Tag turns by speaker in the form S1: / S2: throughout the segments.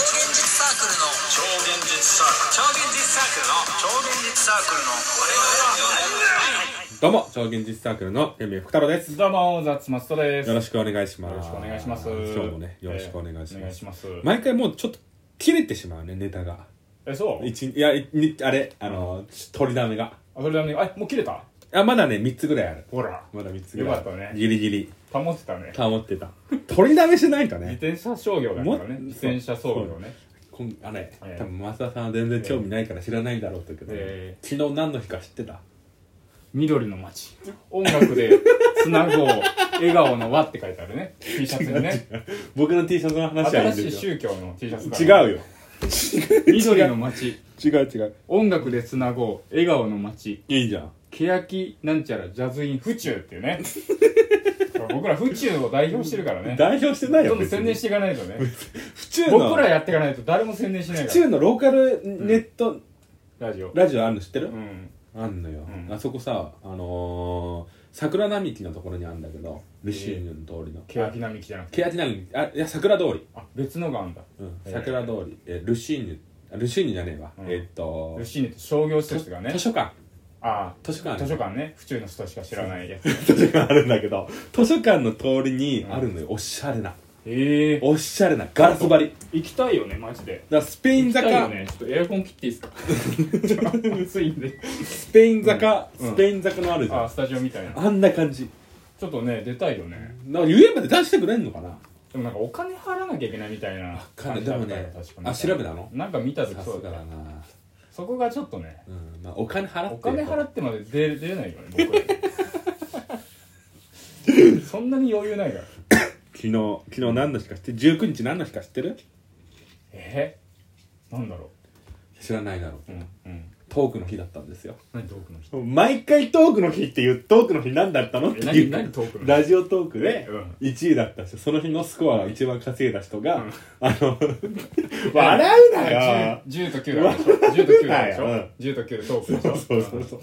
S1: サークルの
S2: 超現実サーク
S1: 超現実サークルの
S2: ル超現実サークルの
S3: どうも、超現実サークルの天明福太郎です。よ
S4: どうも、ザッツマストです。
S3: ろしくお願いします。
S4: よろしくお願いします
S3: 今日もね、よろしくお願いし
S4: えーお
S3: ま
S4: 願い
S3: す。
S4: します
S3: 毎回もうちょっと切れてしまうね、ネタが。
S4: え、そう
S3: 一いや、いにあれ、あの、取りだめが。
S4: あ、それだね。あ、もう切れた
S3: あ、まだね、3つぐらいある。
S4: ほら、
S3: まだ3つぐらいある。
S4: よかったね
S3: ギリギリ。
S4: 保ってたね。
S3: 保ってた。取りだめしないと
S4: 自
S3: ね。
S4: 転車商業だからね。
S3: も
S4: 自転車商業ね。
S3: こんあれ、
S4: ええ
S3: 多分増田さんは全然興味ないから知らないだろうけど、
S4: え
S3: 昨日何の日か知ってた
S4: 緑の街。音楽で、つなごう、笑顔の輪って書いてあるね。T シャツにね。
S3: 僕の T シャツの話はいいん
S4: 新しい
S3: ですよ。
S4: 宗教の T シャツ
S3: 違う
S4: だ。
S3: よ。
S4: 緑の街。
S3: 違う違う。
S4: 音楽でつなごう、笑顔の街。
S3: いいじゃん。
S4: 欅なんちゃらジャズイン府中ってい うね。僕ら府中を代表してるからね。
S3: 代表してないよ。
S4: どんどん宣伝していかないとね。
S3: 普通の。
S4: 僕らやっていかないと誰も宣伝しない
S3: 宇
S4: から
S3: 宙のローカルネット
S4: ラジオ
S3: ラジオあるの知ってる、
S4: うん
S3: あんのよ、
S4: うん
S3: あそこさあのー、桜並木のところにあるんだけどルシーニュの通りの、
S4: 欅並木じゃなくて
S3: ケアティナミあいや桜通り、
S4: あ別のがあんだ
S3: うん
S4: えー
S3: 桜通り、えルシーニュあルシーニュじゃねえわ、
S4: うん
S3: えーっと
S4: ルシーニって商業施設がね
S3: 図書館
S4: あ
S3: 図書館
S4: 図書館ね府中の人しか知らないやつ
S3: 図書館あるんだけど図書館の通りにあるのよ、おしゃれな
S4: ええ
S3: おしゃれなガラス張りだか
S4: 行きたいよねマジで
S3: らスペイン
S4: 行きたい
S3: 坂、
S4: よねちょっとエアコン切っていいですか ちょっと暑いんで
S3: スペイン坂、
S4: うん
S3: スペイン坂のあるじゃん、
S4: あスタジオみたいな
S3: あんな感じ
S4: ちょっとね出たいよね
S3: なんか言えば出してくれんのかな
S4: でもなんかお金払わなきゃいけないみたいな
S3: か
S4: 感じ
S3: で
S4: だっ
S3: も
S4: たよ
S3: ね
S4: 確か
S3: あ調べたの
S4: なんか見た時
S3: さ
S4: そ
S3: す
S4: う
S3: が
S4: だ
S3: だ
S4: ね
S3: な
S4: そこがちょっとね
S3: うんまあお金払って
S4: お金払
S3: っ
S4: ってまで出れ出れないよね僕 そんなに余裕ないから
S3: 昨日昨日何の日か知ってる19日何の日か知ってる
S4: えなんだろ
S3: 知らないだろう
S4: ううんうん
S3: トークの日だったんですよ
S4: 何トークの日
S3: 毎回トークの日っていうトークの日何だったのって
S4: え
S3: い
S4: 何
S3: う
S4: 何トークの日
S3: ラジオトークで
S4: うん
S3: 1位だったしその日のスコアが一番稼いだ人が、
S4: うん
S3: あの 笑うなよ
S4: 10, と9だでしょ10と9だでしょ、
S3: うん
S4: 10と9でトークでし
S3: そ
S4: ょ
S3: うそうそう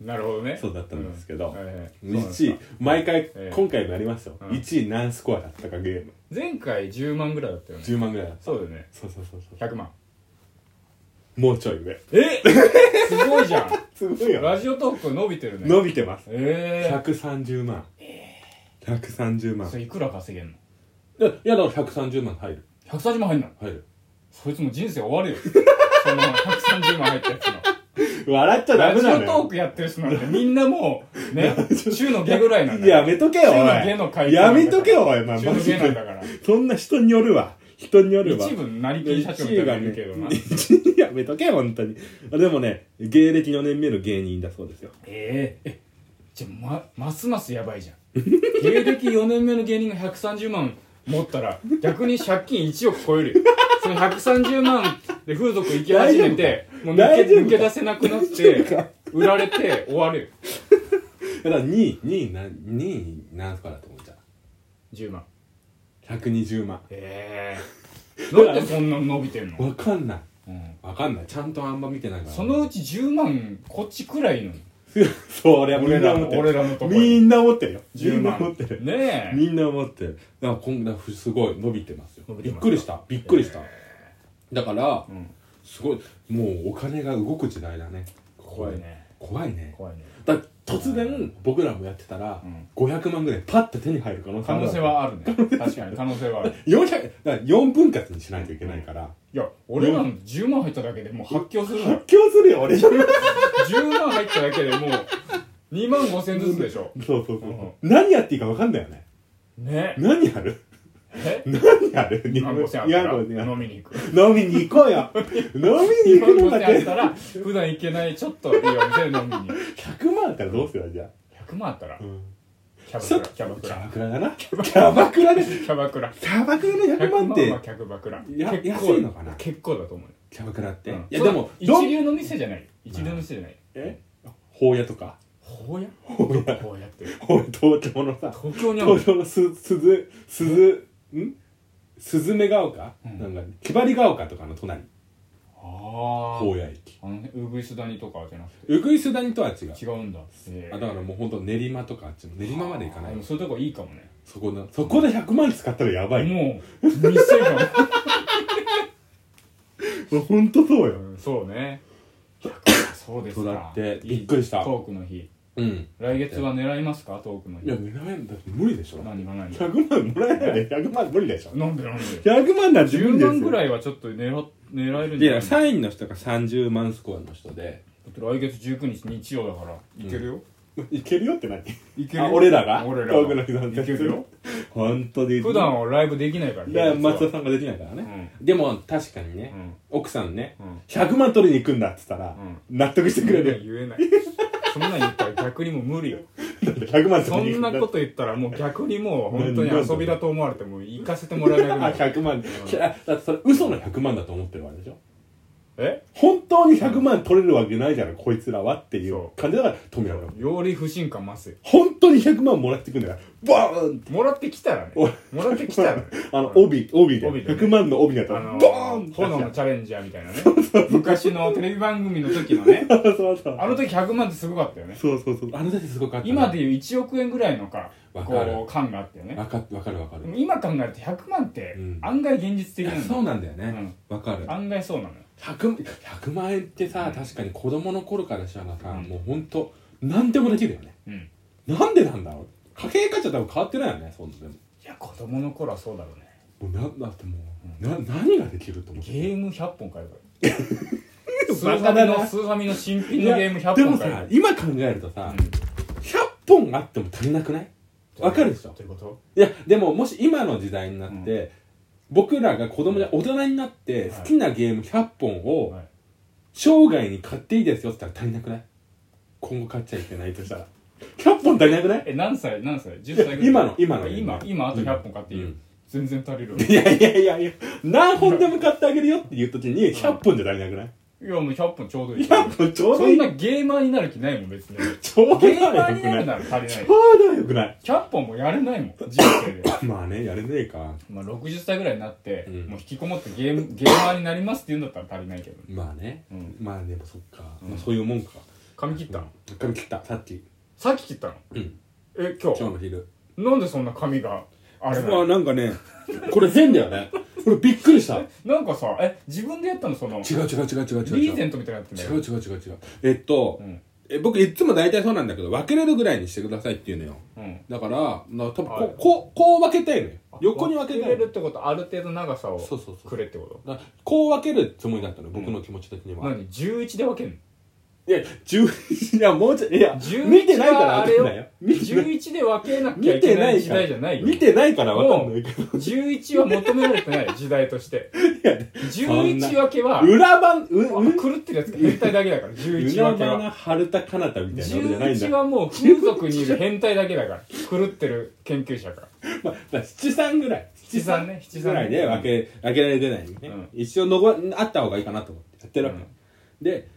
S4: うんなるほどね
S3: そうだったんですけど
S4: うんええそう
S3: 1
S4: な
S3: 位
S4: んですか
S3: 毎回
S4: ええ
S3: 今回もやりましたよ、
S4: うん
S3: 1位何スコアだったかゲーム
S4: 前回10万ぐらいだったよね
S3: 10万ぐらいだった
S4: そうだよね
S3: そうそうそうそう
S4: 100万
S3: もうちょい上
S4: えすごいじゃん
S3: すごいよ
S4: ラジオトーク伸びてるね
S3: 伸びてます
S4: ええ
S3: 130万130万
S4: それいくら稼げんの
S3: いやいやだから130万入る
S4: 130万入んの
S3: 入る
S4: そいつも人生終わるよ その130万入ったやつの
S3: 笑っちゃダ
S4: ラ
S3: メ
S4: ジ
S3: な
S4: オ
S3: の
S4: トー
S3: よ
S4: クやってる人なんてみんなもうね週の下ぐらいなんだよ
S3: やめとけよお
S4: 中の下の階
S3: い
S4: 級
S3: やめとけよおいまあ
S4: 中の
S3: マジ
S4: 下なん
S3: で
S4: だから
S3: そんな人によるわ人によるわ
S4: 一部成金社長みたいなのいるけどな、
S3: 一位やめとけよ本当にあでもね芸歴4年目の芸人だそうですよ
S4: えええじゃあまますますやばいじゃん芸歴4年目の芸人が130万持ったら逆に借金1億超えるよその130万で風俗行き始めてもう抜け
S3: 大丈夫か
S4: 抜け出せなくなって売られて終わるよ
S3: だから2位2位な2位何すかだと思っちゃ
S4: 10万
S3: う120万
S4: ええなんでそんな伸びてんの、
S3: わかんない
S4: うん
S3: わかんないちゃんとあんま見てないから
S4: そのうち10万こっちくらいの
S3: そりゃみ
S4: 俺
S3: んな
S4: ら
S3: 思っ
S4: の
S3: てる
S4: 俺らのとこ
S3: みんな思ってるよみ
S4: 10
S3: んな
S4: 万
S3: 思ってる
S4: ねえ
S3: みんな思ってるだから今度すごい伸びてますよ
S4: 伸び
S3: び
S4: て
S3: っ
S4: ます
S3: くりしたびっくりしただから
S4: うん
S3: すごいもうお金が動く時代だね
S4: 怖いね
S3: 怖いね
S4: 怖いね
S3: だから突然僕らもやってたら
S4: うん
S3: 500万ぐらいパッと手に入る可能性
S4: 可
S3: ある
S4: 能性はあるね確かに可能性はあ る
S3: 400だから4分割にしないといけないから
S4: いや俺らの10万入っただけでもう発狂するのよ
S3: 発狂するよ俺そう
S4: 10万入っただけでもう2万5千ずつでしょ
S3: そうそう
S4: うん
S3: 何やっていいか分かんないよね
S4: ね
S3: 何やる
S4: え
S3: 何やる
S4: 2万5千あっ
S3: いやい
S4: た
S3: やい
S4: ら
S3: や
S4: 飲みに行く
S3: 飲みに行こう よ飲みに
S4: 2
S3: 行くの
S4: 万5
S3: だ
S4: 千あっ
S3: け
S4: たら普段行けないちょっといいお店で飲みに行く
S3: 100万あったらどうするじゃあ、
S4: 100万あったら
S3: うん、
S4: キャバ
S3: ちょ
S4: ク
S3: っ
S4: ラ
S3: と
S4: キャバク
S3: キャバク
S4: ラ
S3: ラだなキャバクラで
S4: キ
S3: す
S4: ャバクラ
S3: キャバクラの100
S4: 100万
S3: 万って
S4: はキャバクラ
S3: や
S4: 結構
S3: 安いのかな
S4: 結構だと思うよ
S3: キャバクラって、
S4: うん
S3: いやでも
S4: 一
S3: どん
S4: 流の店じゃない一流の店じゃない
S3: え法屋とか
S4: ほうや
S3: ほうや
S4: ほうやって
S3: 法屋東京のさ
S4: 東京にある
S3: 東京のす鈴鈴んスズメが丘、
S4: うん
S3: なんか気張りが丘とかの隣
S4: ああ
S3: 法屋駅
S4: あのね、ウグイス谷とかじゃなく
S3: うぐいす谷とは違う
S4: て違うんだ、え
S3: あだからもうほんと練馬とかあっちの練馬まで行かない
S4: でもそういうとこいいかもね、
S3: そこのそこで100万使ったらやばいよ
S4: もう店が
S3: れ本当そうよ
S4: うんそうねそうです
S3: そう
S4: か
S3: だってびっくりした
S4: トークの日
S3: うん
S4: 来月は狙いますかトークの
S3: いや
S4: 日
S3: 狙えんだって無理でしょ
S4: 何が何が
S3: 100万もらえないで100万無理でしょ
S4: なんでなんで
S3: 100万なんて無理
S4: 10
S3: ですよ
S4: 万ぐらいはちょっと狙っ狙える
S3: で
S4: んじ
S3: だか
S4: ゃない
S3: らサインの人が30万スコアの人で
S4: だって来月19日日曜だからいけるよ、
S3: いけるよって何
S4: いけるよ
S3: あ俺らが
S4: 俺ら
S3: トークの人
S4: いけるよ
S3: 本当で
S4: 普段はライブできないから
S3: だから松田
S4: さ
S3: さんができないからね、でも確かにね、奥さんね、
S4: うん
S3: 100万取りに行くんだっつったら、
S4: ん
S3: 納得してくれ
S4: 言えない
S3: る
S4: 言えないそんなん言ったら逆にもう無理 よ
S3: よ100万
S4: そ
S3: 取りに
S4: ん
S3: 行く
S4: なこと言ったらもう逆にもう本当に遊びだと思われてもう行かせてもらえなくな
S3: あ
S4: る
S3: 100万、いやだってそれ嘘の100万だと思ってるわけでしょ
S4: え
S3: 本当に100万取れるわけないじゃない、こいつらはっていう
S4: そう
S3: 感じだから富永君
S4: より不信感増すよ
S3: 本当に100万もらってくんだからバーンって
S4: もらってきたらね
S3: お
S4: もらってきた らね
S3: あの帯帯で
S4: 帯でね
S3: 100万の帯だった
S4: あ
S3: ら
S4: の
S3: ボーンって
S4: 炎のチャレンジャーみたいなね昔のテレビ番組の時の ね
S3: そうそうそう
S4: あの時100万ってすごかったよね
S3: そうそうそうあの時すごかったね
S4: 今でいう1億円ぐらいのか
S3: わかる
S4: こう感があったよね
S3: わかわかるわかる
S4: 今考えると100万って
S3: うん
S4: 案外現実的
S3: い
S4: な
S3: や
S4: んだ
S3: そ
S4: よ
S3: うなんだよねわ、かる
S4: 案外そうなのよ
S3: 100, 100万円ってさ確かに子供の頃からしたらさ、
S4: うん
S3: もうほんと何でもできるよね
S4: うん
S3: なんでなんだろう家計価値は多分変わってないよねそんなでも
S4: いや子供の頃はそうだろうね
S3: もうなんだってもう、な何ができると思って
S4: ゲーム100本買えばいいスー
S3: バ
S4: フ
S3: カ
S4: ァミ
S3: だ
S4: の
S3: な
S4: スーファミの新
S3: い
S4: 品の
S3: や
S4: ゲーム100
S3: でも
S4: 本買えば
S3: さ
S4: いい
S3: 今考えるとさ、
S4: うん
S3: 100本あっても足りなくないわかるでしょ
S4: ということ
S3: いやでももし今の時代になって、僕らが子供じゃ大人になって
S4: はい
S3: 好きなゲーム100本を
S4: はい
S3: 生涯に買っていいですよって言ったら足りなくない今後買っちゃいけないとしたら100本足りなくない
S4: え何歳何歳10歳ぐらい
S3: 今の今の
S4: 今今あと100本買っていいよ
S3: うん
S4: 全然足りるわ
S3: いやいやいやいや何本でも買ってあげるよっていう時に100本じゃ足りなくない
S4: いやもう100本ちょうどいい
S3: 100本ちょう
S4: そ
S3: どい
S4: ん
S3: い
S4: なゲーマーになる気ないもん別に
S3: ちょうど
S4: ゲ
S3: よ
S4: ー
S3: く
S4: マーにな
S3: な
S4: る
S3: い
S4: なら足りな
S3: ち
S4: い
S3: ょうどよくない
S4: 100本もやれないもん人生で
S3: まあねやれねえか
S4: まあ60歳ぐらいになって、
S3: うん
S4: もう引きこもってゲームゲーマーになりますって言うんだったら足りないけどね
S3: まあね、
S4: うん
S3: まあでもそっか、まあ、そういうもんか
S4: 髪切ったの、
S3: 髪切ったさっき
S4: さっき切ったの
S3: うん
S4: え
S3: 今
S4: 今
S3: 日
S4: 日
S3: の昼
S4: なんでそんな髪があれな
S3: まあ
S4: の
S3: なんかねこれ変だよね俺びっくりした違
S4: なんかさえ自分でやったのその
S3: う違う違う違う違う
S4: リーゼ
S3: 違
S4: ン
S3: う
S4: トみたいになってんだ
S3: 違う
S4: よ
S3: 違う違う違うえっと、
S4: うん
S3: え僕いつも大体そうなんだけど分けれるぐらいにしてくださいっていうのよ
S4: うん
S3: だからな多分こう,、
S4: はい
S3: こうこう分けたいのよ横に分けたい
S4: れる
S3: の
S4: ってことある程度長さを
S3: そうそうそう
S4: くれってこと
S3: だからこう分けるつもりだったの僕の気持ち的には、
S4: 何11で分けんの
S3: いや10いやもうちょいいや
S4: 11
S3: 見てないから
S4: はあ
S3: 分
S4: れ
S3: か
S4: よ
S3: んないよ見てない
S4: 11で分けなきゃい
S3: 見
S4: け
S3: て
S4: な
S3: ないい
S4: 時
S3: から
S4: 代じゃないよ
S3: 見てないから分かん
S4: もう
S3: ないけど
S4: 11は求められてない時代として
S3: いや
S4: 11分けは
S3: 裏番う
S4: あ
S3: う
S4: の狂ってるやつが変態だけだから11
S3: 裏
S4: 分け
S3: 番
S4: は
S3: 春田かなたみたいな俺じゃないんだ
S4: 11はもう風俗にいる変態だけだから狂ってる研究者が
S3: まあ、だから七三ぐらい
S4: 七三ね七三
S3: ぐらいで分け,、分けられてないね、
S4: うん
S3: 一応残あった方がいいかなと思ってやってるわけ、
S4: うん
S3: で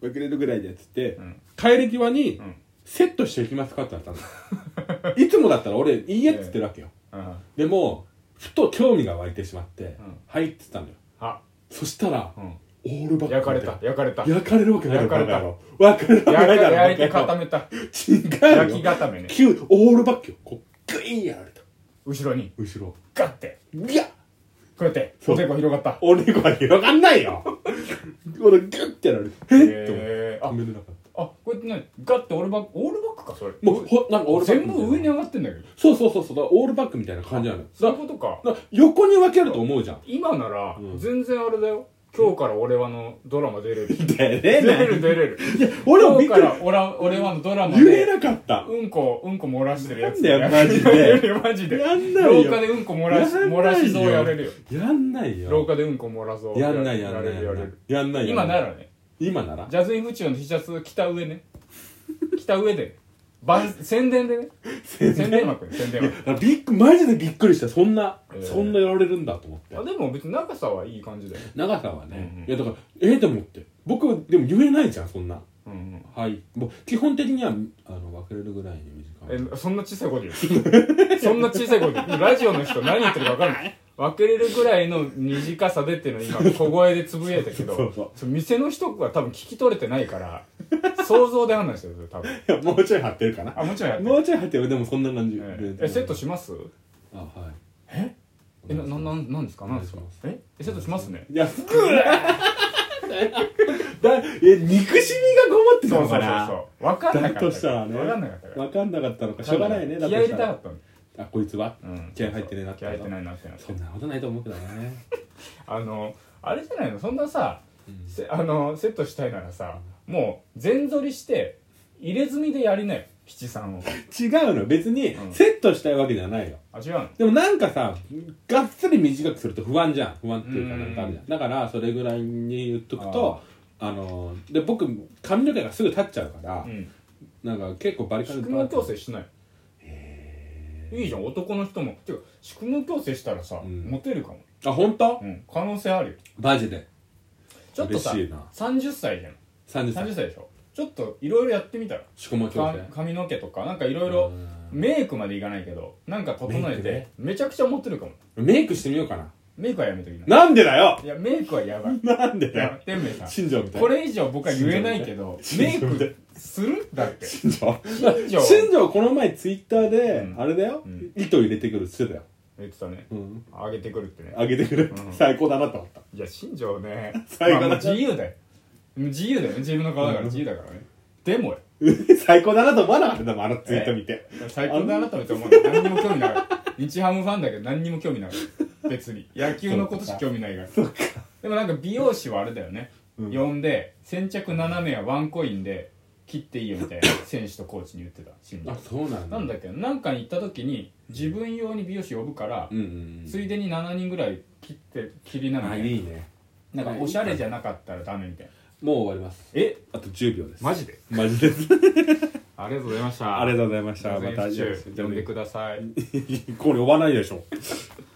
S3: 分けれるぐらいでやってて、
S4: ん
S3: 帰り際に、
S4: ん
S3: セットしていきますかってなったの いつもだったら俺いいえっつってるわけよ、
S4: うん
S3: でもふと興味が湧いてしまって、はいっつったのよ
S4: あ
S3: そしたら、
S4: うん
S3: オールバック
S4: 焼かれた焼かれた
S3: 焼かれるわけないだろ
S4: 焼かれた
S3: バカ野郎焼かれるわけないだろ
S4: 焼いて
S3: バカ野
S4: 固めた
S3: 郎違う
S4: 焼
S3: よ
S4: き固めね
S3: 急オールバックよこうグイーンやられた
S4: 後ろに
S3: 後ろ
S4: ガッて
S3: ビャッ
S4: こうやって
S3: そう
S4: おでこ広がった
S3: おでこは広がんないよ俺グッてやられてえっって
S4: へー
S3: 思っ
S4: あ
S3: て止めれなかった
S4: あこうやって何ガッてオールバックオールバックかそれ
S3: もうほなんかオールバック
S4: 全
S3: みたいな
S4: 部上に上がってんだけど
S3: そうそうそうそうだからオールバックみたいな感じなのよ
S4: そういうことか
S3: だから横に分けると思うじゃん
S4: 今なら
S3: うん
S4: 全然あれだよ今日から俺はのドラマ出れる
S3: 出
S4: 出
S3: れ
S4: れる出れる
S3: いや俺も
S4: 今
S3: びっ
S4: 日か
S3: くり
S4: ら俺は俺はのドラマ
S3: 言え
S4: で
S3: なかった
S4: うんこうんこ漏らしてるやつ
S3: なんだよマ ジで
S4: やれるよマジで
S3: やんないよ
S4: 廊下でうんこ漏らし
S3: やんないよ
S4: 漏らし像やれるよ
S3: やんないよ
S4: 廊下でうんこ漏らそう
S3: やんないやんない
S4: れる
S3: やん
S4: やれ
S3: ない
S4: る
S3: やんない
S4: 今ならね
S3: 今なら
S4: ジャズインフチューの T シャツ着た上ね着た上で番宣伝でね
S3: 宣
S4: 宣伝枠ね宣伝枠
S3: あびっくマジでびっくりしたそんな、
S4: えー
S3: そんなやられるんだと思って
S4: あでも別に長さはいい感じだよ、
S3: 長さはね、
S4: うんうん
S3: いやだからええと思って僕はでも言えないじゃんそんな
S4: うん
S3: はいもう基本的にはあの分けれるぐらいに短い
S4: えそんな小さい声で言う そんな小さい声で言うラジオの人何言ってるか分かんない分けれるぐらいの短さでっていうのを今小声でつぶやいたけど
S3: そうそう
S4: その店の人が多分聞き取れてない から想像で判断してるんですよ多分
S3: いやもうちょい張ってるかな
S4: あもちろんやって
S3: もうちょい張ってるでもそんな感じ、
S4: ええセットします
S3: あはい
S4: えなななんなんですかなんですか
S3: お願いします
S4: ええちょっとしますね
S3: いや服だえ憎しみがこもってた
S4: そう
S3: のか
S4: そうそう
S3: な
S4: そう分かんなかっ
S3: だ
S4: た
S3: としたらね
S4: 分かんなかったから
S3: 分かんなかったのかしょうがないね
S4: 気
S3: だ
S4: 合い
S3: と
S4: 入れ
S3: した
S4: か
S3: ら
S4: ったの
S3: あこいつは
S4: うん
S3: 気合入ってねえなって
S4: 気合入ってないなってなって
S3: そんなことないと思うけど ね
S4: あのあれじゃないのそんなさ、
S3: うん
S4: せあのセットしたいならさもう全剃りして入れ墨でやりなよ七三を
S3: 違うの別に
S4: うん
S3: セットしたいわけじゃないよ
S4: あ違うの
S3: でもなんかさがっつり短くすると不安じゃん不安っていうか
S4: うん
S3: なんかあるじゃんだからそれぐらいに言っとくとあので僕髪の毛がすぐ立っちゃうから
S4: う、ん
S3: なんか結構バリカン
S4: 宿
S3: で
S4: 毛矯正しないいいじゃん男の人もてか宿毛矯正したらさ、
S3: うん
S4: モテるかも、
S3: あ本当、
S4: うん、可能性あるよ
S3: マジで
S4: ちょっとさ
S3: 嬉しいな
S4: 30歳じゃん
S3: 30
S4: 30
S3: 歳
S4: 歳でしょちょっといろいろやってみたら
S3: しこも
S4: か
S3: 矯正
S4: 髪の毛とかなんかいろいろメイクまでいかないけどなんか整
S3: メイ
S4: え
S3: ク
S4: て
S3: ね
S4: めちゃくちゃモテるかも
S3: メイクしてみようかな
S4: メイクはやめときな
S3: なんでだよ
S4: いやメイクはやばい
S3: なんで
S4: い
S3: だ
S4: や
S3: よ
S4: 天明さん
S3: 新庄みたいな
S4: これ以上僕は言えないけどメイクするだって
S3: 新庄
S4: 新庄
S3: 新庄この前ツイッターで
S4: うん
S3: あれだよ
S4: うん
S3: 糸入れてくるっつってたよ
S4: 言ってたね
S3: うん
S4: 上げてくるってね
S3: あげてくれ
S4: うん
S3: 最高だなと思った
S4: いや新庄ね
S3: 最後
S4: ま
S3: の
S4: あもう自由だよ自由だよね自分の顔だから自由だからねでもよ
S3: 最高だなと思わなかったでもあのツイート見て
S4: 最近だなと思って思うの何にも興味なかった日ハムファンだけど何にも興味なかった別に野球のことしか興味ないからでもなんか美容師はあれだよね、
S3: うん
S4: 呼んで先着7名はワンコインで切っていいよみたいな選手とコーチに言ってた新庄
S3: あそうなんだ
S4: なんだっけなんかに行った時に自分用に美容師呼ぶから、
S3: うんうん
S4: ついでに7人ぐらい切って切りなみ
S3: あ
S4: たいない
S3: いね
S4: なんかおしゃれじゃなかったらダメみたいな
S3: もう終わります
S4: え
S3: あと10秒です
S4: ジで
S3: マジです
S4: ありがとうございました
S3: ありがとうございましたま
S4: ま
S3: た
S4: た
S3: じゃ
S4: 呼んでください
S3: ここに呼ばないでしょ